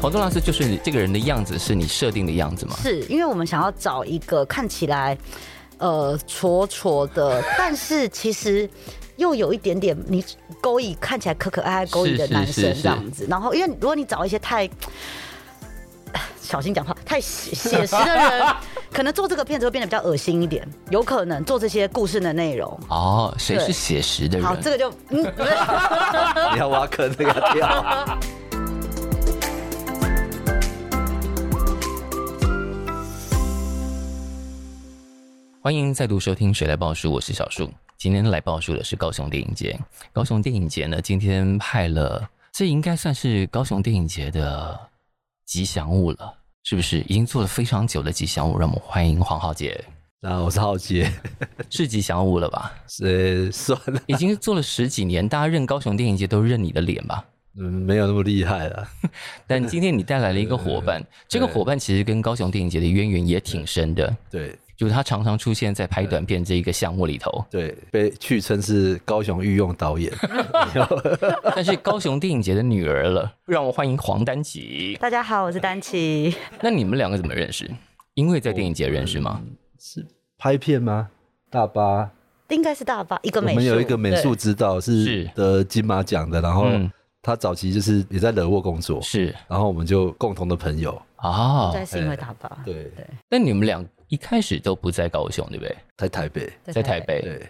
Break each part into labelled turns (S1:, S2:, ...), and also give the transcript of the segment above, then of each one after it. S1: 黄忠老师就是你这个人的样子，是你设定的样子吗？
S2: 是因为我们想要找一个看起来呃挫挫的，但是其实。又有一点点你勾引看起来可可爱爱勾引的
S1: 是是
S2: 男
S1: 是
S2: 生
S1: 是
S2: 这样子，然后因为如果你找一些太 小心讲话太写写实的人，可能做这个片子会变得比较恶心一点，有可能做这些故事的内容。
S1: 哦，谁
S2: 对
S1: 是写实的人？
S2: 好，这个就嗯，
S3: 你要挖坑这个跳。
S1: 欢迎再度收听《谁来报数》，我是小树。今天来报数的是高雄电影节。高雄电影节呢，今天派了，这应该算是高雄电影节的吉祥物了，是不是？已经做了非常久的吉祥物，让我们欢迎黄浩 杰，
S3: 然后我是浩杰，
S1: 是吉祥物了吧？
S3: 是算了，
S1: 已经做了十几年，大家认高雄电影节都认你的脸吧？
S3: 嗯，没有那么厉害了。
S1: 但今天你带来了一个伙 伴，这个伙伴其实跟高雄电影节的渊源也挺深的，
S3: 对
S1: 就是他常常出现在拍短片这一个项目里头。
S3: 对，被去称是高雄御用导演。
S1: 但是高雄电影节的女儿了，让我欢迎黄丹琪。
S2: 大家好，我是丹琪。
S1: 那你们两个怎么认识？因为在电影节认识吗？
S3: 拍片吗？大巴，
S2: 应该是大巴一个
S3: 我
S2: 美术，
S3: 们有一个美术
S2: 对
S3: 指导是
S1: 是
S3: 得金马奖的，然后
S1: 嗯
S3: 他早期就是也在惹沃工作，
S1: 是
S3: 然后我们就共同的朋友。
S1: 啊，
S2: 对，是因为大巴
S3: 对，
S1: 那你们俩一开始都不在高雄，对不对？
S3: 在台北。
S1: 在台，北，
S3: 对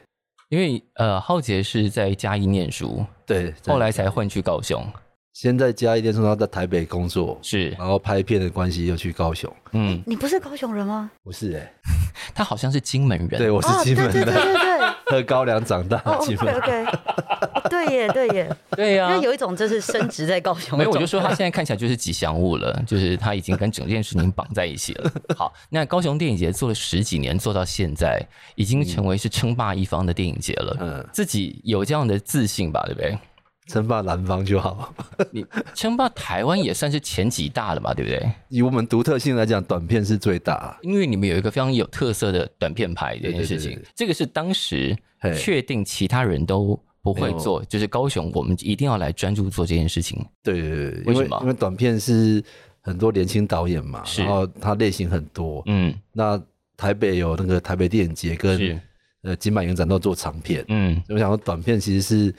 S1: 因为呃，浩杰是在嘉义念书，
S3: 对，
S1: 后来才换去高雄。
S3: 先在嘉义电视台，然后在台北工作，
S1: 是，
S3: 然后拍片的关系又去高雄。
S1: 嗯，
S2: 你不是高雄人吗？
S3: 不是哎，
S1: 他好像是金门人。
S3: 对，我是金门
S2: 哦对对对
S3: 的，
S2: 对对，
S3: 喝高粱长大
S2: 哦
S3: 的金
S2: ，OK
S3: 门。
S2: OK，对耶对耶，
S1: 对呀、
S2: 因为有一种就是升职在高雄
S1: 没有，
S2: 的状
S1: 我
S2: 态，
S1: 就说他现在看起来就是吉祥物了， 就是他已经跟整件事情绑在一起 了。好，那高雄电影节做了十几年，做到现在已经成为是称霸一方的电影节了。
S3: 嗯
S1: 自己有这样的自信吧，对不 对？
S3: 称霸南方就好。
S1: 你称霸台湾也算是前几大了吧，对不对？
S3: 以我们独特性来讲，短片是最大。
S1: 因为你们有一个非常有特色的短片牌这件事
S3: 对对
S1: 情
S3: 对对，
S1: 这个是当时
S3: 嘿
S1: 确定其他人都不会做，就是高雄我们一定要来专注做这件事情。
S3: 对对对，
S1: 为
S3: 因为
S1: 什么
S3: 因为短片是很多年轻导演嘛，
S1: 是
S3: 然后它类型很多。
S1: 嗯，
S3: 那台北有那个台北电影节
S1: 是
S3: 跟呃金马影展都做长片，
S1: 嗯，
S3: 所以我想说短片其实是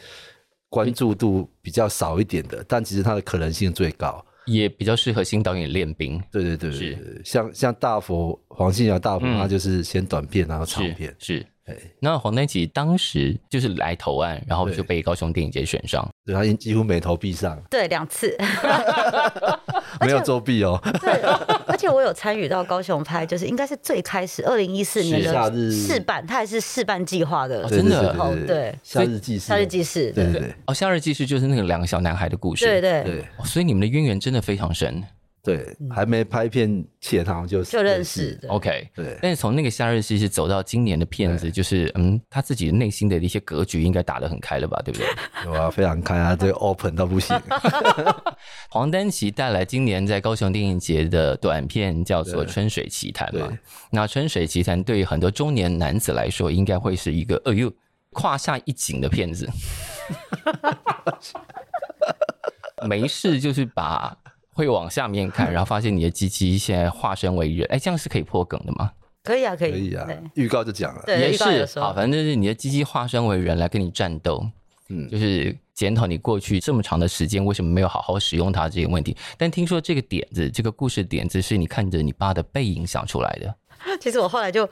S3: 关注度比较少一点的，但其实它的可能性最高。
S1: 也比较适合新导演练兵。
S3: 对对对
S1: 是
S3: 对对，像像大佛黄信尧大佛，
S1: 嗯
S3: 他就是先短片然后长
S1: 是
S3: 片，
S1: 是
S3: 哎。
S1: 那黄丹琪当时就是来投案，然后
S3: 对
S1: 就被高雄电影节选上。
S3: 对他几乎每头必上，
S2: 对两 次，
S3: 没有作弊哦。
S2: 对，而且我有参与到高雄拍，就是应该是最开始二零一四年
S3: 夏
S2: 的
S3: 日
S2: 试办，它也是试办计划的
S1: 哦
S3: 对
S1: 真的
S3: 对对对
S2: 对
S3: 夏日记事，
S2: 夏日记事，
S3: 对对对
S1: 哦，《夏日记事》就是那个两个小男孩的故事。
S2: 对对，
S3: 对
S1: 哦所以你们的渊源真的非常深。
S3: 对，还没拍片前好像就
S2: 就认识，的，
S1: OK，
S3: 对
S1: 但是从那个夏日西是走到今年的片子，就是嗯，他自己内心的一些格局应该打得很开了吧，对不对？
S3: 有啊，非常开啊，这个 open 到不行。
S1: 黄丹琪带来今年在高雄电影节的短片叫做《
S3: 对
S1: 春水奇谭》嘛
S3: 对。
S1: 那《春水奇谭》对于很多中年男子来说，应该会是一个哎呦胯下一紧的片 子。没事，就是把会往下面看，然后发现你的鸡鸡现在化身为人，哎，这样是可以破梗的吗？
S2: 可以啊，可以，
S3: 可以啊
S2: 对，
S3: 预告就讲了，
S2: 对，
S1: 也
S2: 预告有
S1: 是啊
S2: 说
S1: 好，反正就是你的鸡鸡化身为人来跟你战斗，嗯，
S3: 嗯
S1: 就是检讨你过去这么长的时间为什么没有好好使用它这些问题。但听说这个点子，这个故事点子是你看着你爸的背影想出来的，
S2: 其实我后来就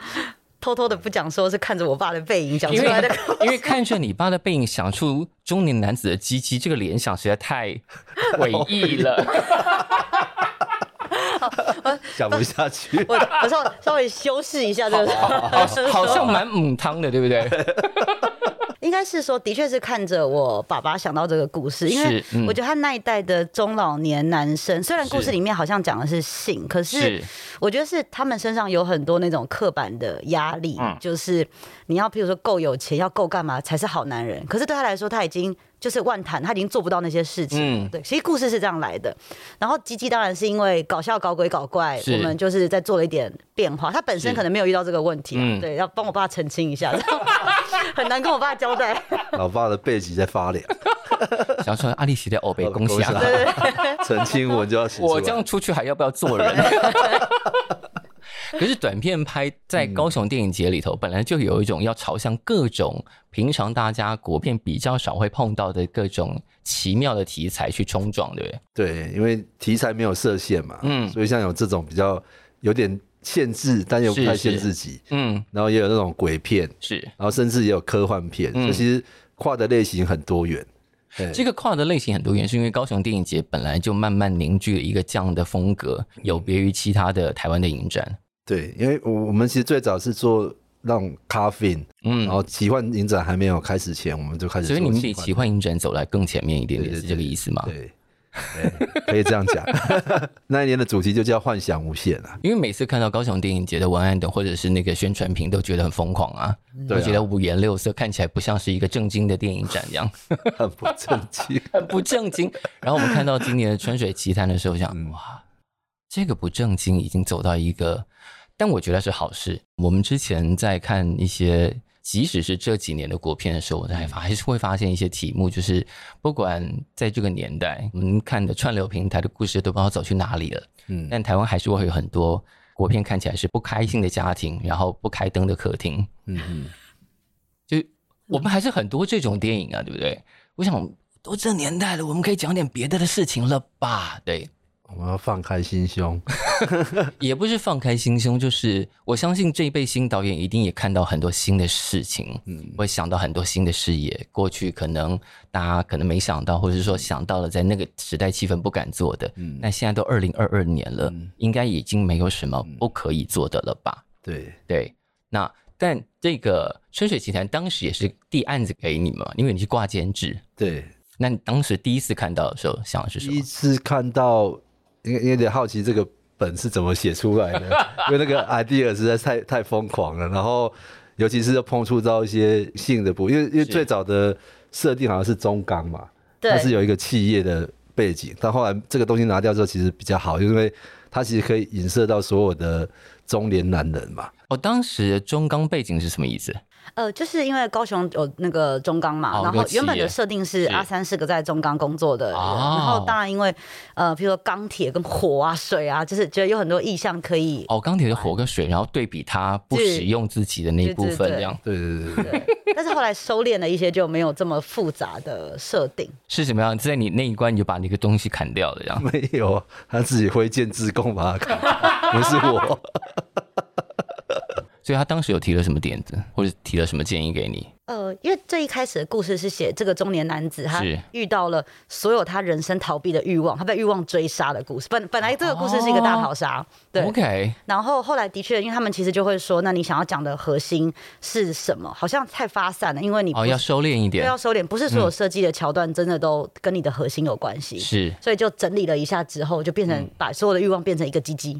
S2: 偷偷的不讲，说是看着我爸的背影讲
S1: 因
S2: 出
S1: 为
S2: 来的，
S1: 因为看着你爸的背影想出中年男子的鸡鸡，这个联想实在太诡异 了。
S3: 讲不下去。
S2: 我 我稍微稍微修饰一下这个，
S1: 好，好像蛮母汤的，对不对？
S2: 应该是说，的确是看着我爸爸想到这个故事，因为
S1: 是嗯
S2: 我觉得他那一代的中老年男生，虽然故事里面好像讲的是性，可 是
S1: 是
S2: 我觉得是他们身上有很多那种刻板的压力，
S1: 嗯
S2: 就是你要譬如说够有钱，要够干嘛才是好男人。可是对他来说，他已经就是万谈，他已经做不到那些事情。
S1: 嗯
S2: 对，其实故事是这样来的。然后吉吉当然是因为搞笑、搞鬼、搞怪，
S1: 是
S2: 我们就是在做了一点变化。他本身
S1: 是
S2: 可能没有遇到这个问题啊，
S1: 嗯
S2: 对，要 帮我爸澄清一下，这样很难跟我爸交代。
S3: 老爸的背脊在发凉，
S1: 想说阿丽写的欧北恭喜啊，
S3: 陈清文就要写出来
S1: 我这样出去还要不要做 人？可是短片拍在
S3: 嗯
S1: 高雄电影节里头，本来就有一种要朝向各种平常大家国片比较少会碰到的各种奇妙的题材去冲撞，对不对？
S3: 对，因为题材没有设限嘛，
S1: 嗯
S3: 嗯，所以像有这种比较有点限制，但又不太
S1: 是是
S3: 限自己，
S1: 嗯，
S3: 然后也有那种鬼片，
S1: 是
S3: 然后甚至也有科幻片，
S1: 嗯
S3: 所以其实跨的类型很多元。对
S1: 这个跨的类型很多元，是因为高雄电影节本来就慢慢凝聚了一个这样的风格，有别于其他的台湾的影展。
S3: 对，因为我我们其实最早是做那种 coffin，
S1: 嗯
S3: 然，后奇幻影展还没有开始前，我们就开始
S1: 所
S3: 嗯做
S1: 以
S3: 幻。
S1: 你们比奇幻影展走来更前面一点
S3: 对
S1: 点，
S3: 对
S1: 是这个意思吗？
S3: 对，对，可以这样讲。 那一年的主题就叫幻想无限啊，
S1: 因为每次看到高雄电影节的文案等或者是那个宣传品，都觉得很疯狂啊，都
S3: 对啊
S1: 觉得五颜六色，看起来不像是一个正经的电影展一样，
S3: 很不正经。
S1: 很 不正经。嗯然后我们看到今年的春水奇谭的时候，想、哇，这个不正经已经走到一个，但我觉得是好事。我们之前在看一些。即使是这几年的国片的时候，我才发还是会发现一些题目，就是不管在这个年代，我们看的串流平台的故事都不知道走去哪里了。
S3: 嗯，
S1: 但台湾还是会有很多国片看起来是不开心的家庭，然后不开灯的客厅，
S3: 嗯嗯，
S1: 就我们还是很多这种电影啊，对不对？我想都这年代了，我们可以讲点别的的事情了吧？对，
S3: 我们要放开心胸。
S1: 也不是放开心胸，就是我相信这一辈新导演一定也看到很多新的事情，
S3: 嗯，
S1: 会想到很多新的视野。过去可能大家可能没想到，或者是说想到了在那个时代气氛不敢做的，
S3: 嗯
S1: 那现在都二零二二年了，
S3: 嗯
S1: 应该已经没有什么不可以做的了吧？
S3: 对，
S1: 对，那但这个春水奇谭当时也是递案子给你们嘛，因为你是挂监制，
S3: 对，
S1: 那你当时第一次看到的时候想的是什
S3: 第一
S1: 么？
S3: 次看到，因为有点好奇这个本是怎么写出来的， 因为那个 idea 实在太太疯狂了。然后，尤其是碰触到一些性的部，因为因
S1: 是
S3: 为最早的设定好像是中钢嘛，
S2: 对
S3: 它是有一个企业的背景，但后来这个东西拿掉之后，其实比较好，因为它其实可以影射到所有的中年男人嘛。
S1: 哦，当时中钢背景是什么意思？
S2: 呃，就是因为高雄有那个中钢嘛，
S1: 哦
S2: 然
S1: 有
S2: 后
S1: 企业
S2: 原本的设定是
S1: 是
S2: 阿三是个在中钢工作的人，
S1: 哦
S2: 然后当然因为呃，比如说钢铁跟火啊、水啊，就是觉得有很多意象可以。
S1: 哦，钢铁的火跟水，然后对比它不
S2: 是
S1: 使用自己的那一
S2: 对
S1: 部
S2: 对
S1: 分，
S2: 对
S1: 这样
S3: 对对对对，
S2: 对，但是后来收敛了一些，就没有这么复杂的设定。
S1: 是什么样？在你那一关你就把那个东西砍掉了，这样。
S3: 没有，他自己挥剑自宫把它砍，不是我。
S1: 所以他当时有提了什么点子，或者提了什么建议给你？
S2: 呃，因为最一开始的故事是写这个中年男子，他
S1: 是
S2: 遇到了所有他人生逃避的欲望，他被欲望追杀的故事。本本来这个故事是一个大
S1: 哦
S2: 逃杀，对。
S1: ，OK，
S2: 然后后来的确，因为他们其实就会说，那你想要讲的核心是什么？好像太发散了，因为你
S1: 哦，要收敛一
S2: 都
S1: 点
S2: 要，收敛，不是所有设计的桥段真的都跟你的核心有关系。
S1: 是嗯
S2: 所以就整理了一下之后，就变成把所有的欲望变成一个 鸡鸡，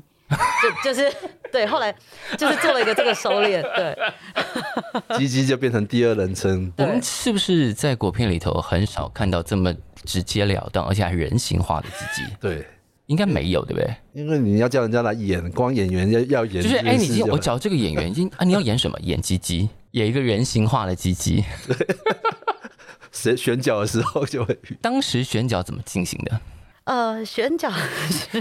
S2: 就就是对，后来就是做了一个这个收敛，对，
S3: 鸡鸡就变成第二人称，
S1: 我
S2: 对
S1: 们是不是在国片里头很少看到这么直截了当，而且还人性化的自己？
S3: 对。
S1: 应该没有，对不对？
S3: 因为你要叫人家来演，光演员要要演，
S1: 就是哎，你今
S3: 今
S1: 天我找这个演员，已经 啊，你要演什么？演鸡鸡，演一个人形化的鸡鸡。
S3: 谁选角的时候就会遇
S1: 当时选角怎么进行的？
S2: 呃，选角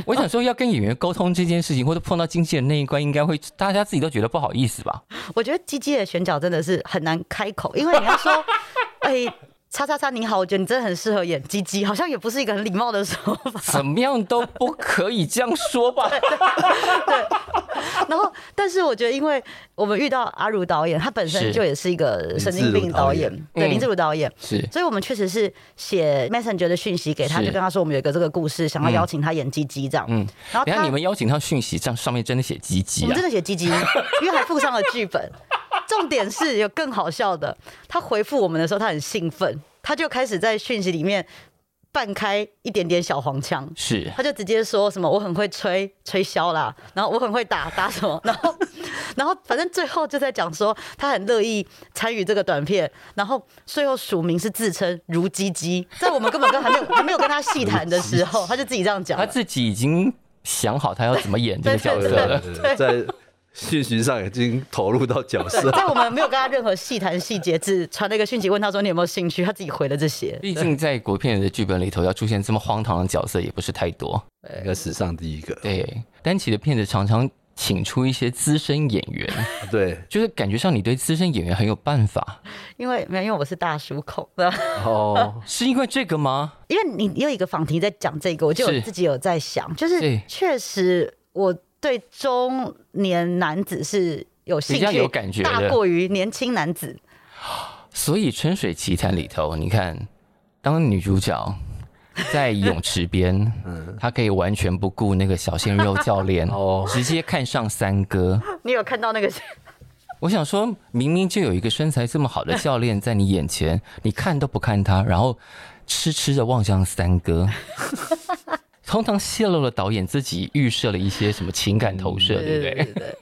S1: 我想说，要跟演员沟通这件事情，或者碰到经纪人那一关，应该会大家自己都觉得不好意思吧？
S2: 我觉得鸡鸡的选角真的是很难开口，因为你 要说，哎、叉叉叉你好，我觉得你真的很适合演鸡鸡，好像也不是一个很礼貌的说法。
S1: 怎么样都不可以这样说吧？
S2: 然后，但是我觉得，因为我们遇到阿如导演，他本
S1: 是
S2: 身就也是一个神经病导演，对
S1: 嗯
S2: 林志儒导演，
S1: 是
S2: 所以我们确实是写 Messenger 的讯息给他，
S1: 是
S2: 就跟他说我们有一个这个故事，想要邀请他演鸡鸡这样。嗯，然后
S1: 等一
S2: 他
S1: 下你们邀请他讯息上上面真的写鸡
S2: 我
S1: 鸡
S2: 们
S1: 啊
S2: 真？的写鸡鸡，因为还附上了剧 本。重点是有更好笑的，他回复我们的时候，他很兴奋，他就开始在讯息里面半开一点点小黄腔。
S1: 是
S2: 他就直接说什么我很会吹吹箫啦，然后我很会打打什么， 然后然后反正最后就在讲说他很乐意参与这个短片，然后最后署名是自称如鸡鸡，在我们根本跟还没有还没有跟他细谈的时候，他就自己这样讲
S1: 他
S2: 了。
S1: 自己已经想好他要怎么演这个角色
S3: 对
S1: 了。
S3: 对对，在讯息上已经投入到角
S2: 对，
S3: 色。
S2: 在我们没有跟他任何细谈细节，只传了一个讯息问他说你有没有兴趣，他自己回了这些。
S1: 毕竟在国片的剧本里头，要出现这么荒唐的角色也不是太多。
S3: 应该史上第一个，
S1: 对，单期的片子常常请出一些资深演 员，
S3: 对，
S1: 就是感觉上你对资深演员很有办法，
S2: 因为没有，因为我是大叔控， 对吧
S3: 哦，
S1: 是因为这个吗？
S2: 因为你你有一个访题在讲这个，我就是有自己有在想，就是是确实我对中年男子是有兴
S1: 比较
S2: 趣，
S1: 有感觉的
S2: 大过于年轻男子。
S1: 所以《春水奇谭》里头，你看，当女主角在泳池边，她可以完全不顾那个小鲜肉教练，
S3: 嗯哦
S1: 直接看上三哥。
S2: 你有看到那个？
S1: 我想说，明明就有一个身材这么好的教练在你眼前，你看都不看他，然后痴痴的望向三 哥。通常泄露了导演自己预设了一些什么情感投射，对不对？
S2: 对对。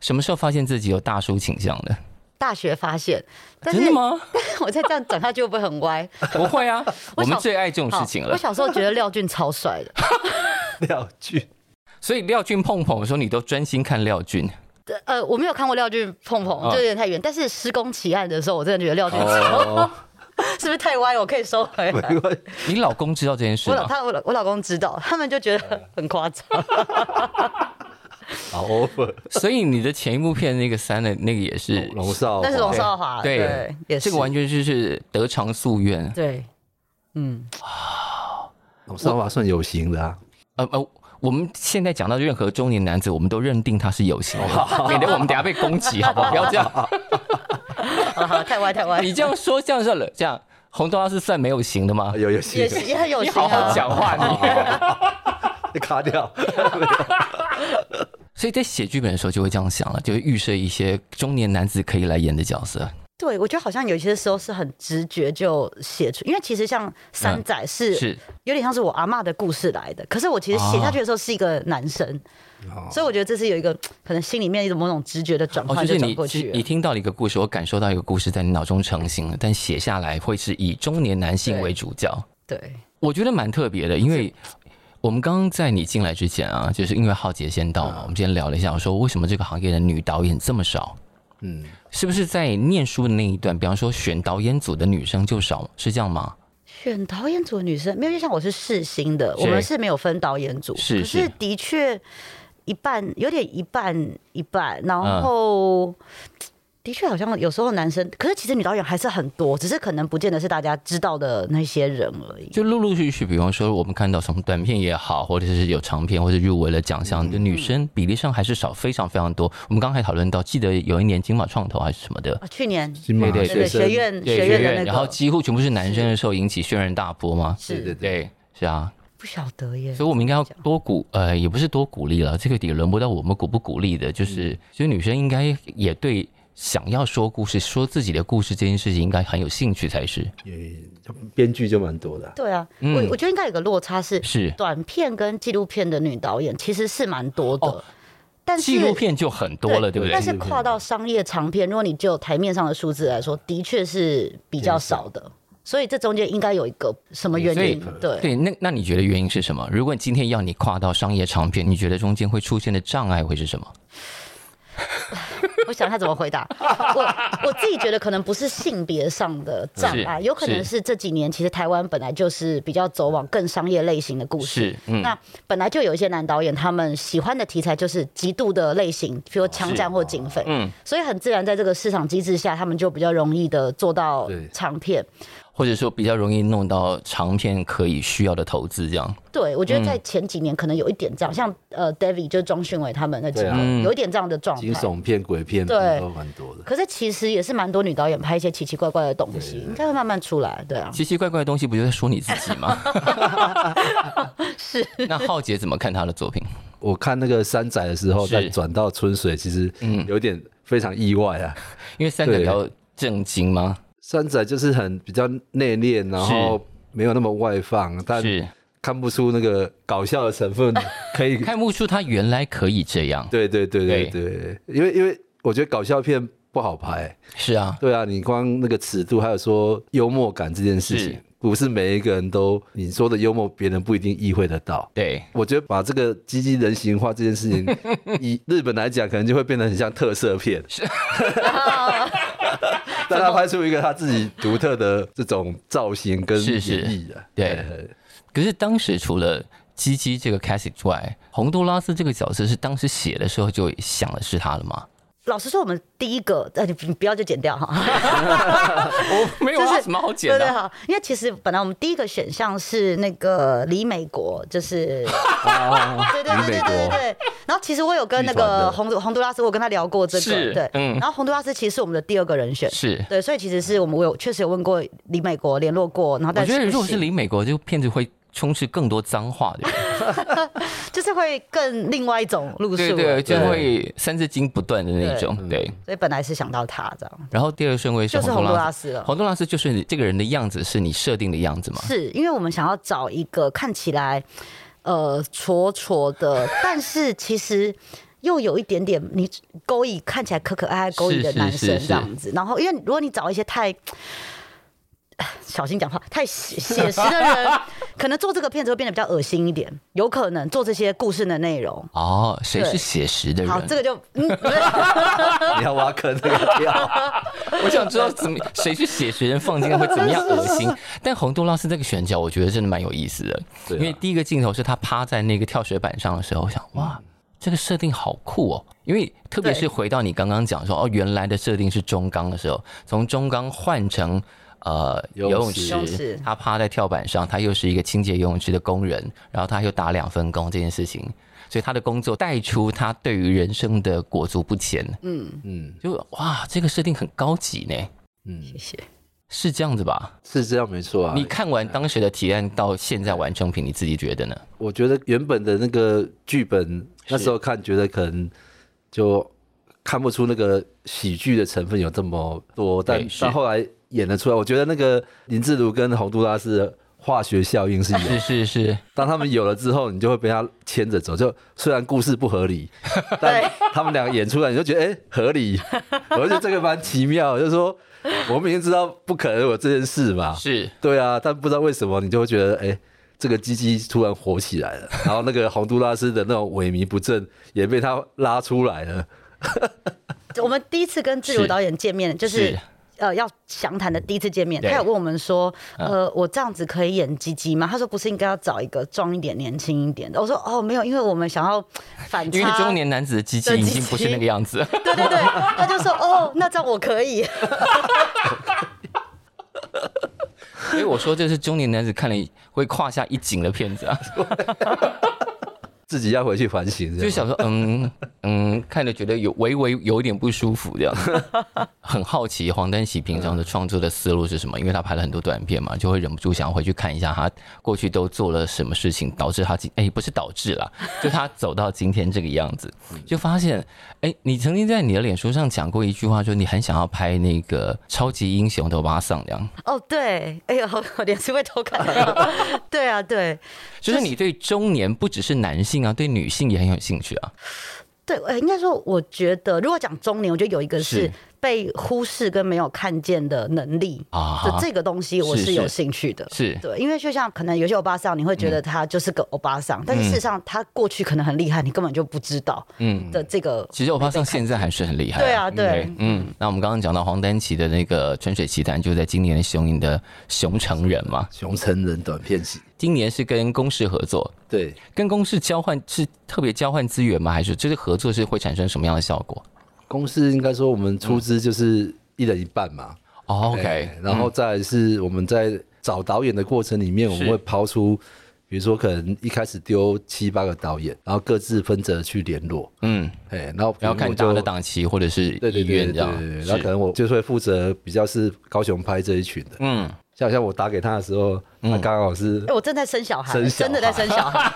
S1: 什么时候发现自己有大叔倾向的？
S2: 大学发现，但是
S1: 真的？吗？
S2: 我再这样讲下去会不会 很歪？
S1: 不会啊，我
S2: 我
S1: 们
S2: 小
S1: 最爱这种
S2: 好
S1: 事情
S2: 我
S1: 了。
S2: 小时候觉得廖俊超帅 的，
S3: 廖俊，
S1: 所以廖俊碰碰的时候，你都专心看廖俊。
S2: 呃，我没有看过廖俊碰碰，
S1: 哦
S2: 就有点太远。但是施工奇案的时候，我真的觉得廖俊超，
S3: 哦，
S2: 是不是太歪？我可以收 回来。
S3: 因为
S1: 你老公知道这件事
S2: 我老
S1: 吗？
S2: 他我老我老公知道，他们就觉得
S1: 嗯
S2: 很夸张。
S1: 哦
S3: 好啊 over，
S1: 所以你的前一部片那个三的那个也是，
S3: 龙少，
S2: 但是龙少华
S1: 对
S2: 对也是
S1: 这个完全就是得偿夙愿。
S2: 对，嗯，
S3: 龙少华算有型的啊，
S1: 呃呃，我们现在讲到任何中年男子，我们都认定他是有型的，免得我们等下被攻击，啊好不好？不要这样，
S2: 好了好了，太歪太歪，
S1: 你这样说这样算了，这样红豆他是算没有型的吗？
S3: 啊有有型
S2: 也是
S3: 的，
S2: 也很有
S1: 你
S2: 型
S1: 好好
S2: 啊。
S1: 讲话，你。
S3: 你啊卡 掉，
S1: 所以在写剧本的时候就会这样想了，就会预设一些中年男子可以来演的角色。
S2: 对，我觉得好像有些时候是很直觉就写出，因为其实像三仔是
S1: 嗯是
S2: 有点像是我阿嬷的故事来的，可是我其实写下去
S1: 哦
S2: 的时候是一个男生，所以我觉得这是有一个可能心里面一种某种直觉的转
S1: 哦，
S2: 换
S1: 就
S2: 就是转
S1: 你
S2: 过
S1: 是
S2: 去
S1: 你
S2: 了。
S1: 听到了一个故事，我感受到一个故事在你脑中成型了，但写下来会是以中年男性
S2: 对
S1: 为主角。
S2: 对，
S1: 我觉得蛮特别的，因为我们刚刚在你进来之前啊，就是因为浩杰先到嘛，我们今天聊了一下，我说为什么这个行业的女导演这么少？
S3: 嗯，
S1: 是不是在念书的那一段，比方说选导演组的女生就少，是这样吗？
S2: 选导演组的女生没有，就像我是世新的，
S1: 是
S2: 我们是没有分导演组，
S1: 是
S2: 可
S1: 是
S2: 是的确一半有点一半一半，
S1: 嗯
S2: 然后。的确，好像有时候男生，可是其实女导演还是很多，只是可能不见得是大家知道的那些人而已。
S1: 就陆陆续续，比方说我们看到什么短片也好，或者是有长片或者入围了奖项的女生比例上还是少，非常非常多。我们刚才讨论到，记得有一年金马创投还是什么的，
S2: 啊，去年
S3: 金马
S1: 对对
S2: 对对
S3: 学生
S2: 学院
S1: 对
S2: 嗯学院的那个，
S1: 然后几乎全部是男生的时候引起轩然大波嘛。
S3: 对对
S2: 是
S3: 对，
S1: 对，是啊，
S2: 不晓得耶
S1: 所。以我们应该要多鼓，呃，也不是多鼓励了，这个也轮不到我们鼓不鼓励的，
S2: 嗯
S1: 就是，所以女生应该也对想要说故事、说自己的故事这件事情应该很有兴趣才是。
S3: 也编剧就蛮多的啊，
S2: 对啊，
S1: 嗯
S2: 我我觉得应该有个落差是，
S1: 是
S2: 短片跟纪录片的女导演其实是蛮多的，
S1: 哦
S2: 但是
S1: 纪录片就很多了，对不
S2: 但
S1: 对？
S2: 是跨到商业长片，如果你就台面上的数字来说，的确是比较少的。所以这中间应该有一个什么
S1: 嗯
S2: 原
S1: 所以
S2: 因？对，
S1: 对，那那你觉得原因是什么？如果你今天要你跨到商业长片，你觉得中间会出现的障碍会是什么？
S2: 我想他怎么 回答。我我自己觉得可能不是性别上的障碍，
S1: 是
S2: 有可能是这几年其实台湾本来就是比较走往更商业类型的故事。
S1: 是，嗯，
S2: 那本来就有一些男导演，他们喜欢的题材就是极度的类型，比如枪战或警匪，
S1: 嗯
S2: 所以很自然在这个市场机制下，他们就比较容易的做到
S3: 对
S2: 长片。
S1: 或者说比较容易弄到长片可以需要的投资这样。
S2: 对，我觉得在前几年可能有一点这样，像呃，David 就是庄训伟他们那几
S3: 对啊
S2: 年，有一点这样的状
S3: 惊
S2: 态。
S3: 悚片、鬼片
S2: 对
S3: 都蛮多的，
S2: 可是其实也是蛮多女导演拍一些奇奇怪怪的东西，应该会慢慢出来，对啊。
S1: 奇奇怪怪的东西不就在说你自己 吗？是。 那浩杰怎么看他的作品？
S3: 我看那个山仔的时候，
S1: 是嗯
S3: 再转到春水，其实有点非常意外啊。
S1: 因为三仔比
S3: 对
S1: 较正经吗？
S3: 山仔就是很比较内敛，然后没有那么外放，但
S1: 是
S3: 看不出那个搞笑的 成分，可以。
S1: 看不出他原来可以这样。
S3: 对对对对对，因为因为我觉得搞笑片不好拍，
S1: 是啊，
S3: 对啊，你光那个尺度，还有说幽默感这件事情
S1: 是，
S3: 不是每一个人都你说的幽默，别人不一定意会得到。
S1: 对，
S3: 我觉得把这个积极人形化这件事 情，以日本来讲，可能就会变得很像特色片。 但他拍出一个他自己独特的这种造型跟
S1: 是
S3: 演
S1: 是
S3: 绎啊，
S1: 对
S3: 呃
S1: 可是当时除了鸡鸡这个 Cassie 之外，洪都拉斯这个角色是当时写的时候就想的是他了吗？
S2: 老实说，我们第一个，呃，你你不要就剪掉哈。
S1: 我 没有
S2: 就
S1: 啊，
S2: 是
S1: 什么好
S2: 对
S1: 剪
S2: 对
S1: 的？
S2: 好，因为其实本来我们第一个选项是那个离美国，就是 对对对
S3: 离美
S2: 对对
S3: 国
S2: 对对。然后其实我有跟那
S3: 剧团
S2: 个
S3: 的
S2: 洪洪都拉斯，我有跟他聊过这
S1: 是
S2: 个，对，
S1: 嗯
S2: 然后洪都拉斯其实是我们的第二个人选，
S1: 是，
S2: 对，所以其实是我们我有确实有问过离美国联络过，然后
S1: 我
S2: 但是
S1: 觉得
S2: 不
S1: 如果是
S2: 行
S1: 离美国，这个片子会充斥更多脏话的人，
S2: 就是会更另外一种路数
S1: 对
S2: 了，
S1: 对，就
S3: 对
S1: 会三字经不断的那种，对。
S2: 所以本来是想到他这样，
S1: 然后第二顺位是
S2: 就是
S1: 洪都
S2: 洪都
S1: 拉
S2: 拉
S1: 斯
S2: 斯，了
S1: 洪都拉斯就是你这个人的样子是你设定的样子吗？
S2: 是因为我们想要找一个看起来呃挫挫的， 但是其实。又有一点点你勾引看起来可可爱爱勾引的
S1: 是是
S2: 男
S1: 是
S2: 生
S1: 是
S2: 这样子，然后因为如果你找一些太 小心讲话太写写实的人，可能做这个片子会变得比较恶心一点，有可能做这些故事的内容。
S1: 哦，谁是
S2: 对
S1: 写实的
S2: 好，
S1: 人？
S2: 这个就嗯，
S3: 你要挖坑这个掉，
S1: 我想知道怎么谁去写学生放进来会怎么 样恶心。但洪都拉斯这个选角，我觉得真的蛮有意思的，
S3: 对啊
S1: 因为第一个镜头是他趴在那个跳水板上的时候，我想
S3: 嗯
S1: 哇，这个设定好酷哦。因为特别是
S2: 对
S1: 回到你刚刚讲说哦，原来的设定是中钢的时候，从中钢换成。呃，游
S3: 游
S1: 泳
S3: 泳
S1: 池，
S3: 池
S2: 游泳池
S1: 他趴在跳板上，他又是一个清洁游泳池的工人，然后他又打两份工这件事情，所以他的工作带出他对于人生的裹足不前，
S3: 嗯
S1: 就哇，这个设定很高级呢。
S3: 嗯，
S2: 谢谢。
S1: 是这样子吧？
S3: 是这样没错啊。
S1: 你看完当时的提案到现在完成品，你自己觉得呢？
S3: 我觉得原本的那个剧本，那时候看觉得可能就看不出那个喜剧的成分有这么多，但
S1: 对是
S3: 但后来演得出来，我觉得那个林志儒跟洪都拉斯的化学效应是有
S1: 是是是，
S3: 当他们有了之后，你就会被他牵着走。就虽然故事不合 理，但他们两个演出来，你就觉得哎、诶合 理。我就觉得这个蛮奇妙，就是说我明明知道不可能有这件事嘛，
S1: 是
S3: 对啊，但不知道为什么你就会觉得哎、诶这个鸡鸡突然火起来了， 然后那个洪都拉斯的那种萎靡不振也被他拉出来了。
S2: 我们第一次跟自由
S1: 是
S2: 导演见面，就是
S1: 是
S2: 呃要详谈的第一次见面，
S1: 对嗯
S2: 他有问我们说，呃，我这样子可以演鸡鸡吗？他说不是应该要找一个壮一点、年轻一点的。我说哦，没有，因为我们想要反
S1: 因为
S2: 差。
S1: 中年男子的机器已经不是那个样 子。
S2: 对对对，他就说哦，那这样我可以。
S1: 所以我说这是中年男子看了会胯下一紧的片子啊，
S3: 自己要回去反省，
S1: 就
S3: 这样
S1: 想说嗯嗯，看着觉得有微微有一点不舒服这样 子。很好奇黄丹喜平常的创作的思路是什么，因为他拍了很多短片嘛，就会忍不住想要回去看一下他过去都做了什么事情，导致他今哎、不是导致啦，就他走到今天这个样子，就发现哎，你曾经在你的脸书上讲过一句话，说你很想要拍那个超级英雄的欧巴桑这样，
S2: 哦，对，哎呦，我脸书被偷看到。对啊，对
S1: 就是你对中年不只是男性啊，对女性也很有兴趣啊。
S2: 对，呃应该说，我觉得如果讲中年，我觉得有一个
S1: 是
S2: 是被忽视跟没有看见的能力。
S1: 啊
S2: 这这个东西我
S1: 是
S2: 是有
S1: 是
S2: 兴趣的，
S1: 是
S2: 对，因为就像可能有些欧巴桑，你会觉
S1: 嗯
S2: 得他就是个欧巴桑，但是事实上他过去可能很厉害，你根本就不知道，嗯的这个
S1: 其实欧巴桑现在还是很厉害、
S2: 对啊对
S1: 嗯，那我们刚刚讲到黄丹琪的那个《春水奇谭》，就在今年雄影的《熊城人》嘛，
S3: 熊成人短片集，
S1: 今年是跟公视合作，
S3: 对，
S1: 跟公视交换是特别交换资源吗？还是这个合作是会产生什么样的效果、
S3: 公司应该说我们出资就是一人一半嘛。
S1: o k
S3: 哎然后再来是我们在找导演的过程里面，我们
S1: 是
S3: 会抛出，比如说可能一开始丢七八个导演，然后各自分责去联络，
S1: 嗯，
S3: 哎，然后可
S1: 然后
S3: 能
S1: 看大家
S3: 我就
S1: 的档期或者是
S3: 对
S1: 意
S3: 对对
S1: 愿这
S3: 对对
S1: 样，
S3: 对，对
S1: 是
S3: 然后可能我就是会负责比较是高雄拍这一群的，
S1: 嗯，
S3: 像像我打给他的时候，他刚好是
S2: 哎，我正在生小孩，
S3: 生小
S2: 真的在
S3: 孩
S2: 生小孩，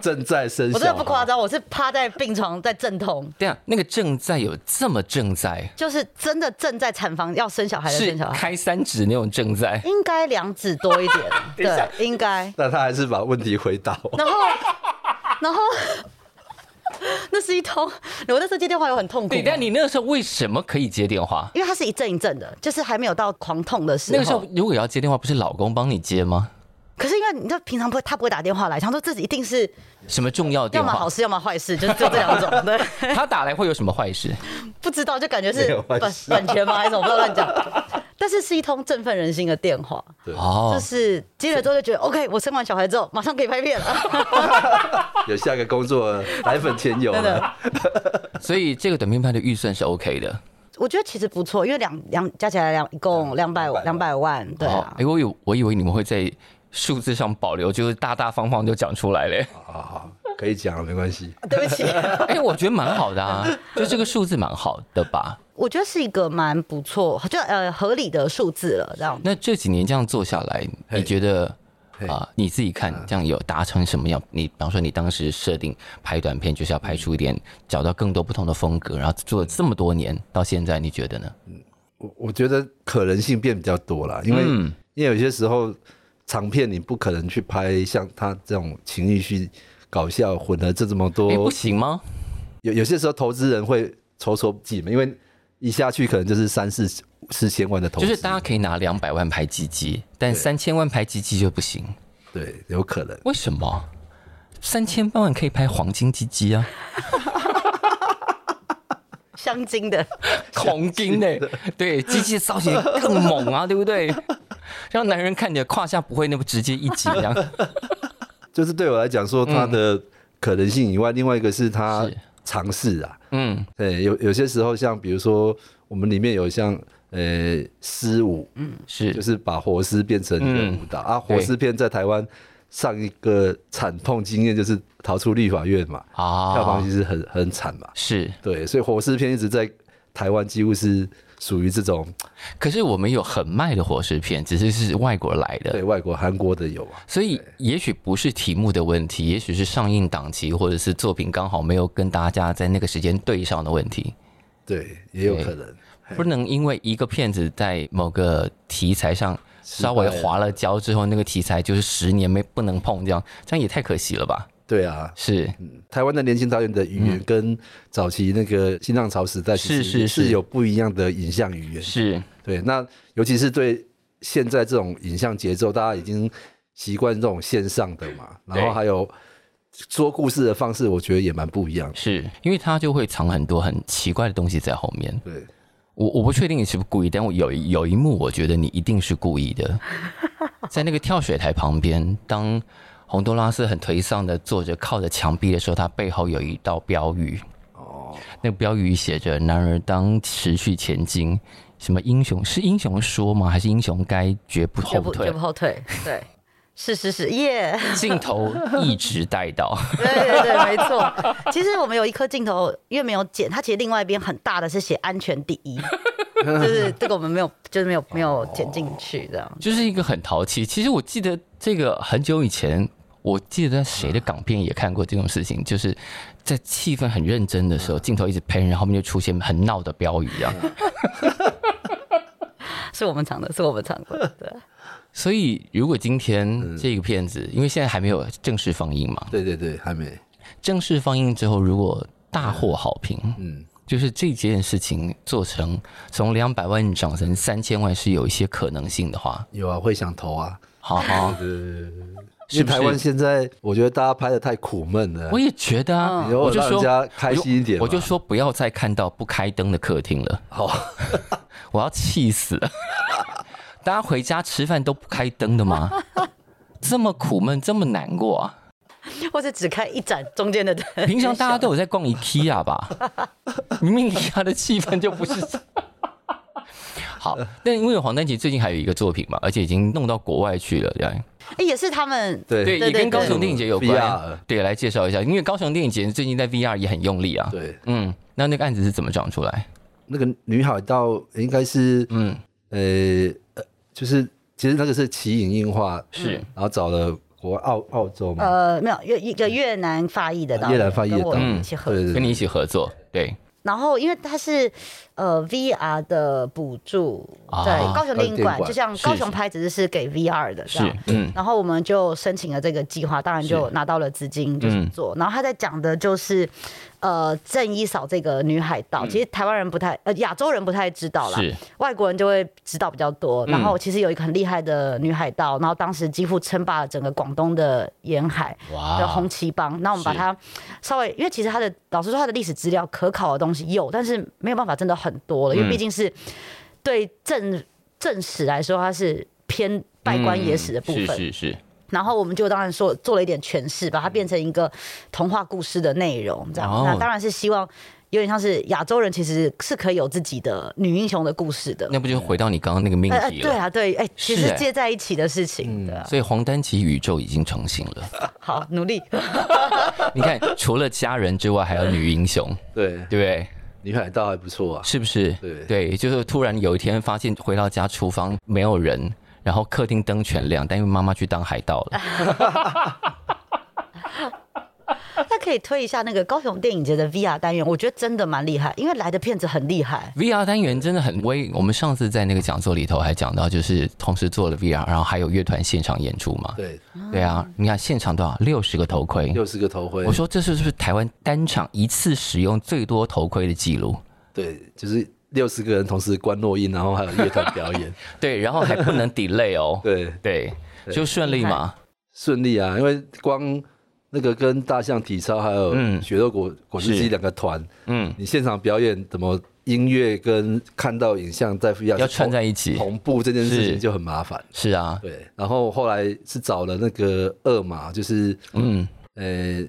S3: 正在生
S2: 我真的
S3: 小
S2: 不
S3: 孩
S2: 夸，张，我是趴在病床在阵痛，
S1: 这样啊那个正在有这么正在，
S2: 就是真的正在啊产房要生小孩的
S1: 是
S2: 生小孩，
S1: 开三指那种正在，
S2: 应该两指多 一点，对，应该，
S3: 但他还是把问题回答我。
S2: 然后，然后， 那是一通。我那时候接电话有很痛苦
S1: 对，，但你那个时候为什么可以接电话？
S2: 因为它是一阵一阵的，就是还没有到狂痛的时候。
S1: 那个时候如果要接电话，不是老公帮你接吗？
S2: 可是因为你知道平常不会，他不会打电话来，想说自己一定是
S1: 什么重要
S2: 要
S1: 电
S2: 么
S1: 话
S2: 好？事，要么坏事，就是就这两种。对，
S1: 他打来会有什么坏事？
S2: 不知道就感觉
S3: 没
S2: 是
S3: 有坏
S2: 版
S3: 事
S2: 版权吗？还是什么？不知道乱讲。但是是一通振奋人心的电话，
S1: 哦
S2: 就，是接了之后就觉得 OK，我生完小孩之后马上可以拍片了。
S3: 有下个工作了奶粉钱有
S2: 真的
S3: 了，
S1: 所以这个短片拍的预算是 OK 的。
S2: 我觉得其实不错，因为两两加起来两一共两百两百万，对
S1: 哦，
S2: 啊
S1: 哎、。我以我以为你们会在数字上保留，就是大大方方就讲出来 嘞。
S3: 好好好，可以讲了，没关系。
S2: 对不起，
S1: 哎、我觉得蛮好的啊，就这个数字蛮好的吧。
S2: 我觉得是一个蛮不错，就呃合理的数字了，这样。
S1: 那这几年这样做下来，
S3: 嘿
S1: 你觉得
S3: 嘿嗯
S1: 啊、你自己看这样有达成什么样？你比方说你当时设定拍短片就是要拍出一点，找到更多不同的风格，然后做了这么多年，到现在你觉得呢？
S3: 我我觉得可能性变比较多啦，因为、
S1: 嗯
S3: 因为有些时候长片你不可能去拍像他这种情欲剧、搞笑混合这这么
S1: 哎、不
S3: 多，
S1: 行吗？
S3: 有有些时候投资人会筹措不及嘛，因为一下去可能就是三四四千万的投
S1: 就
S3: 资，
S1: 是大家可以拿两百万拍鸡鸡，但三千万拍鸡鸡就不行，
S3: 对，有可能。
S1: 为什么？三千万可以拍黄金鸡鸡啊，
S2: 香精的，
S1: 黄金呢、 对，鸡鸡造型更猛啊，对不 对？让男人看你的胯下不会那么直接一啊挤这样。
S3: 就是对我来讲说它的可能性以外，另外一个是它
S1: 嗯是
S3: 尝试啊，
S1: 嗯，
S3: 对，有有些时候像比如说我们里面有像呃诗舞，
S1: 是，嗯
S3: 就是把活尸变成一个舞蹈、啊，
S1: 对
S3: 活尸片在台湾上一个惨痛经验就是逃出立法院嘛，
S1: 啊，
S3: 票房其实很很惨嘛，
S1: 是，
S3: 对，所以活尸片一直在台湾几乎是属于这种
S1: 可是我们有很卖的活尸片，只是是外国来的
S3: 对，外国韩国的有啊，
S1: 所以也许不是题目的问题，也许是上映档期或者是作品刚好没有跟大家在那个时间对上的问题。
S3: 对，也有
S1: 对
S3: 可能。
S1: 不能因为一个片子在某个题材上稍微划了焦之后，那个题材就是十年没不能碰，这样这样也太可惜了吧？
S3: 对啊，
S1: 是，
S3: 台湾的年轻导演的语言跟早期那个新浪潮时代其实
S1: 嗯是是是
S3: 是有不一样的影像语言。
S1: 是，
S3: 对，那尤其是对现在这种影像节奏，大家已经习惯这种线上的嘛，
S1: 对
S3: 然后还有说故事的方式，我觉得也蛮不一样的。
S1: 是因为它就会藏很多很奇怪的东西在后面。
S3: 对，
S1: 我我不确定你是不是故意，但我有一有一幕，我觉得你一定是故意的，在那个跳水台旁边，当洪都拉斯很颓丧的坐着靠着墙壁的时候，他背后有一道标语，
S3: 哦，
S1: 那个标语写着“男儿当持续前进”，什么英雄是英雄说吗？还是英雄该绝不
S2: 绝
S1: 后
S2: 不
S1: 退
S2: 绝不？后 退，对，是是是，耶、
S1: 镜头一直带到，
S2: 对对对，没错。其实我们有一颗镜头，因为没有剪，它其实另外一边很大的是写“安全第 一”，就是这个我们没有，就是没有没有剪进去这样。
S1: 就是一个很淘气。其实我记得这个很久以前，我记得在谁的港片也看过这种事情，就是在气氛很认真的时候，镜头一直喷，然后后面就出现很闹的标语啊。
S2: 嗯是我们藏的，是我们藏的，对。
S1: 所以如果今天这个片子，因为现在还没有正式放映嘛，
S3: 对对对，还没，
S1: 正式放映之后如果大获好评，
S3: 嗯，
S1: 就是这件事情做成从两百万涨成三千万是有一些可能性的话，
S3: 有啊，会想投啊。
S1: 好好，
S3: 因为
S1: 是不是
S3: 台湾现在，我觉得大家拍的太苦闷 了
S1: 我。也觉得啊，
S3: 你偶
S1: 我
S3: 尔
S1: 就
S3: 让
S1: 说
S3: 人家开心一点嘛
S1: 我就，我就说不要再看到不开灯的客厅了，
S3: 好，
S1: 我要气死了。大家回家吃饭都不开灯的吗？ 这么苦闷，这么难过啊！
S2: 或者只看一盏中间的灯。
S1: 平常大家都有在逛 IKEA 吧？ 明明 IKEA 的气氛就不是这。 好，但因为黄丹琪最近还有一个作品嘛，而且已经弄到国外去了，这样
S2: 哎也是他们
S3: 对
S1: 对，也
S2: 对
S1: 跟高
S2: 对
S1: 雄电影节有
S3: VR
S1: 关。对，来介绍一下，因为高雄电影节最近在 VR 也很用力啊。
S3: 对，
S1: 嗯，那那个案子是怎么长出来？
S3: 那个女海盗应该是，
S1: 嗯，
S3: 呃，呃就是其实那个是奇影映画，
S1: 是
S3: 然后找了国外澳澳洲嘛，
S2: 呃没有越一个越南发译的导演
S3: 越南翻译的
S2: 跟我
S3: 导演
S2: 一起合
S3: 对
S2: 作。
S3: 对
S1: 跟
S3: 对
S1: 你一起合作，对，
S2: 嗯然后因为它是呃 VR 的补助，
S1: 啊
S2: 对，高雄电影
S3: 呃电影
S2: 馆
S3: 馆
S2: 就像
S1: 是
S2: 高雄拍只是是啊给 VR 的这
S1: 是
S2: 样。，
S1: 嗯，
S2: 然后我们就申请了这个计划，当然就是拿到了资金，就是
S1: 嗯
S2: 做。然后他在讲的就是，呃，郑一嫂这个女海盗，其实台湾人不太，呃，亚洲人不太知道啦，
S1: 嗯是
S2: 外国人就会知道比较多。
S1: 嗯
S2: 然后其实有一个很厉害的女海盗，然后当时几乎称霸了整个广东的沿海。的
S1: 哇
S2: 红，旗帮，那我们把
S1: 啊是
S2: 它稍微，因为其实它的老实说，它的历史资料可考的东西有，但是没有办法真的很多了，因为
S1: 嗯
S2: 毕竟是对正正史来说，它是偏拜官野史的部分。
S1: 嗯是是是，
S2: 然后我们就当然说做了一点诠释，把它变成一个童话故事的内容，这样。
S1: 哦
S2: 那当然是希望有点像是亚洲人其实是可以有自己的女英雄的故事的。
S1: 那不就回到你刚刚那个命
S2: 呃，
S1: 题
S2: 对
S1: 了？
S2: 啊，对，哎、其
S1: 是嗯
S2: 实
S1: 哎
S2: 接在一起的事情，对啊，
S1: 所以黄丹琪宇宙已经成型了。
S2: 好努力。
S1: 你看，除了家人之外，还有女英雄，
S3: 对，
S1: 对不对？
S3: 女海盗还不错啊。
S1: 是不是？
S3: 对
S1: 就是突然有一天发现回到家厨房没有人，然后客厅灯全亮，但因为妈妈去当海盗 了。
S2: 那可以推一下那个高雄电影节的 VR 单元，我觉得真的蛮厉害，因为来的片子很厉害。
S1: VR 单元真的很威，我们上次在那个讲座里头还讲到，就是同时做了 VR，然后还有乐团现场演出嘛。
S3: 对，
S1: 对啊，你看现场多少六十个头盔，
S3: 六十个头盔。
S1: 我说这是不是台湾单场一次使用最多头盔的记录？
S3: 对，就是六十个人同时关落音，然后还有乐团表 演，
S1: 对，然后还不能 delay 哦。
S3: 对，
S1: 对，就顺利嘛。
S3: 顺利啊。因为光那个跟大象体操还有
S1: 嗯
S3: 血肉果果汁
S1: 是
S3: 机两个团，
S1: 嗯，
S3: 你现场表演怎么音乐跟看到影像在 VR
S1: 要串在一起。
S3: 同步这件事
S1: 是
S3: 情就很麻烦。
S1: 是啊，
S3: 对，然后后来是找了那个二马，就是
S1: 嗯，
S3: 呃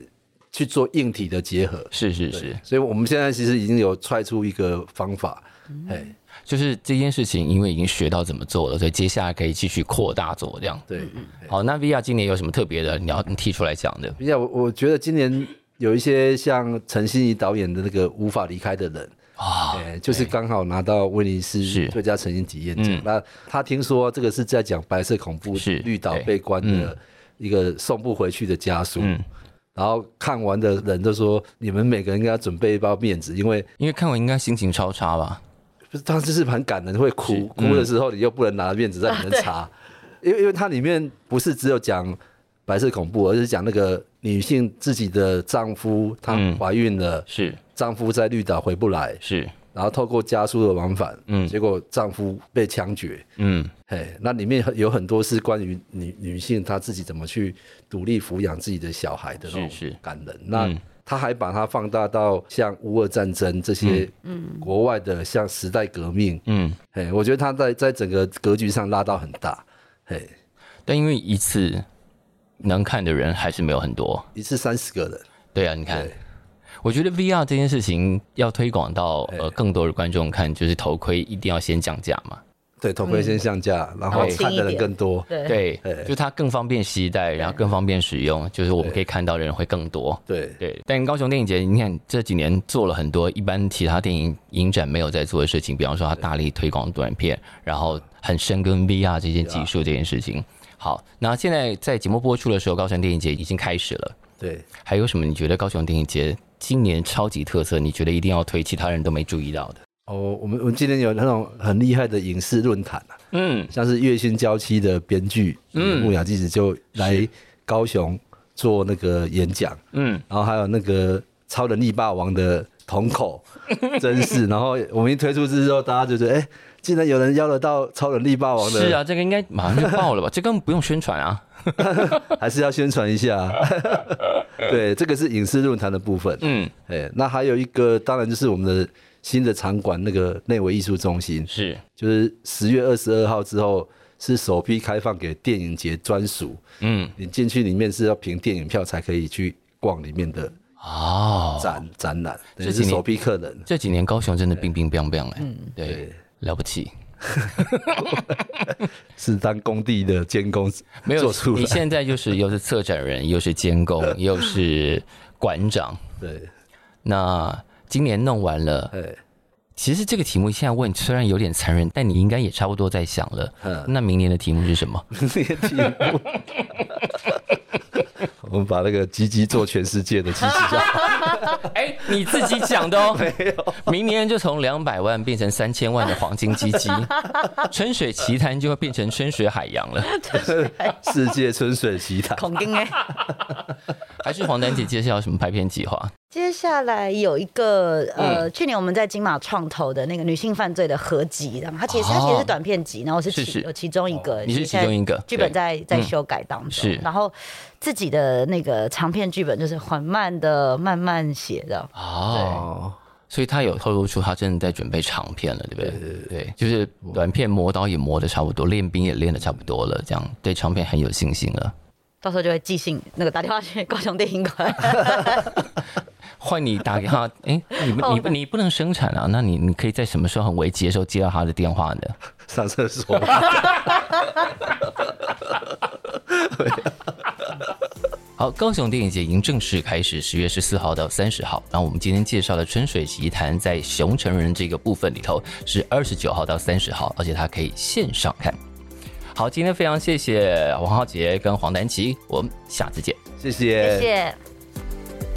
S3: 去做硬体的结合。
S1: 是是
S3: 对
S1: 是，，
S3: 所以我们现在其实已经有踹出一个方法，哎，
S1: 就是这件事情，因为已经学到怎么做了，所以接下来可以继续扩大做这样。
S3: 对。
S1: 好，那 VR 今年有什么特别的你要提出来讲的？
S3: 比较，我我觉得今年有一些像陈欣怡导演的那个《无法离开的人》
S1: 啊
S3: 哎，就是刚好拿到威尼斯
S1: 是
S3: 最佳成人体验奖。
S1: 嗯
S3: 那他听说这个是在讲白色恐怖
S1: 是哎
S3: 绿岛
S1: 对
S3: 被关的一个送不回去的家属。
S1: 嗯
S3: 然后看完的人都说，你们每个人给他准备一包面子，因为
S1: 因为看完应该心情超差吧？
S3: 不是，他就是很感人，会哭，
S1: 嗯啊
S3: 哭的时候你又不能拿面子在里面查，因为因为它里面不是只有讲白色恐怖，而是讲那个女性自己的丈夫她
S1: 嗯
S3: 怀孕了，
S1: 是
S3: 丈夫在绿岛回不来，
S1: 是，
S3: 然后透过家书的往返，
S1: 嗯
S3: 结果丈夫被枪决，
S1: 嗯
S3: 嘿，那里面有很多是关于女女性她自己怎么去独立抚养自己的小孩的那
S1: 是嗯
S3: 种
S1: 是
S3: 感人。那他还把它放大到像乌俄战争这些国外的像时代革命，
S1: 嗯，
S3: 嘿，我觉得他在在整个格局上拉到很大，嘿，
S1: 但因为一次能看的人还是没有很多。
S3: 一次三十个人，
S1: 对啊，你看
S3: 对，
S1: 我觉得 VR 这件事情要推广到呃
S3: 哎
S1: 更多的观众看，就是头盔一定要先降价嘛。
S3: 对，头盔先上架，然
S2: 然后
S3: 后看的
S2: 轻一
S3: 人
S2: 点
S3: 更多，
S2: 对，
S1: 对
S3: 哎，
S1: 就它更方便携带，然后更方便使用，就是我们可以看到的人会更多。
S3: 对
S1: 对，但高雄电影节，你看这几年做了很多一般其他电影影展没有在做的事情，比方说它大力推广短片，然后很深耕 VR 这件技术这件事情。好，那现在在节目播出的时候，高雄电影节已经开始了，
S3: 对，
S1: 还有什么你觉得高雄电影节今年超级特色？你觉得一定要推，其他人都没注意到的？
S3: 哦，我们我们今天有那种很厉害的影视论坛啊，
S1: 嗯，
S3: 像是《月薪娇妻》的编剧
S1: 嗯
S3: 木雅纪子就来高雄做那个演讲，
S1: 嗯，
S3: 然后还有那个《超能力霸王》的瞳口，真是。然后我们一推出之后，大家就觉得，哎、竟然有人邀得到《超能力霸王》的，
S1: 是啊，这个应该马上就爆了吧？这根本不用宣传啊。
S3: 还是要宣传 一下。对，这个是影视论坛的部分。
S1: 嗯，
S3: 哎、那还有一个，当然就是我们的新的场馆那个内围艺术中 心，
S1: 是，
S3: 就是十月二十二号之后是首批开放给电影节专属。
S1: 嗯，
S3: 你进去里面是要凭电影票才可以去逛里面的
S1: 哦，
S3: 展、展览，等于
S1: 这
S3: 是
S1: 几年
S3: 首批客人。
S1: 这几年高雄真的冰冰冰冰哎，对
S3: 对，
S1: 了不起。
S3: 是当工地的监工
S1: 没有
S3: 做出，来
S1: 你。现在就是又是策展人，又是监工，又是馆长。
S3: 对，
S1: 那今年弄完了，
S3: 哎，
S1: 其实这个题目现在问虽然有点残忍，但你应该也差不多在想了。
S3: 嗯
S1: 那明年的题目是什么？
S3: 那个题目， 我们把那个吉吉做全世界的吉吉叫，
S1: 哎、你自己讲的哦，没有，明年就从两百万变成三千万的黄金基金，春水奇谭就会变成春水海洋了。
S3: 世界春水奇 谭。
S2: 恐惊哎。
S1: 还是黄丹姐介绍什么拍片计划？
S2: 接下来有一个
S1: 嗯
S2: 呃，去年我们在金马创投的那个女性犯罪的合集，然后它其实它其实
S1: 哦
S2: 是短片集，然后我是
S1: 是
S2: 其
S1: 是哦
S2: 有其中一个，
S1: 你是
S2: 现
S1: 其
S2: 在
S1: 中一个
S2: 剧本
S1: 对
S2: 在在
S1: 嗯
S2: 修改当中，
S1: 是
S2: 然后自己的那个长片剧本就是缓慢的慢慢写的，
S1: 哦，
S3: 哦，
S1: 所以他有透露出他真的在准备长片了，对不对？对，就是短片磨刀也磨的差不多，练兵也练的差不多了，这样对长片很有信心了。
S2: 到时候就会寄信那个打电话去高雄电影馆，
S1: 换你打给他， 哎、你不你不你不能生产啊，那你你可以在什么时候很危急的时候接到他的电话呢？
S3: 上厕所。
S1: 好，高雄电影节已经正式开始，十月十四号到三十号。然后我们今天介绍的《春水奇谭》在熊成人这个部分里头是二十九号到三十号，而且它可以线上看。好，今天非常谢谢王浩杰跟黄丹琪，我们下次见。
S3: 谢
S2: 谢
S3: 谢。
S2: 谢。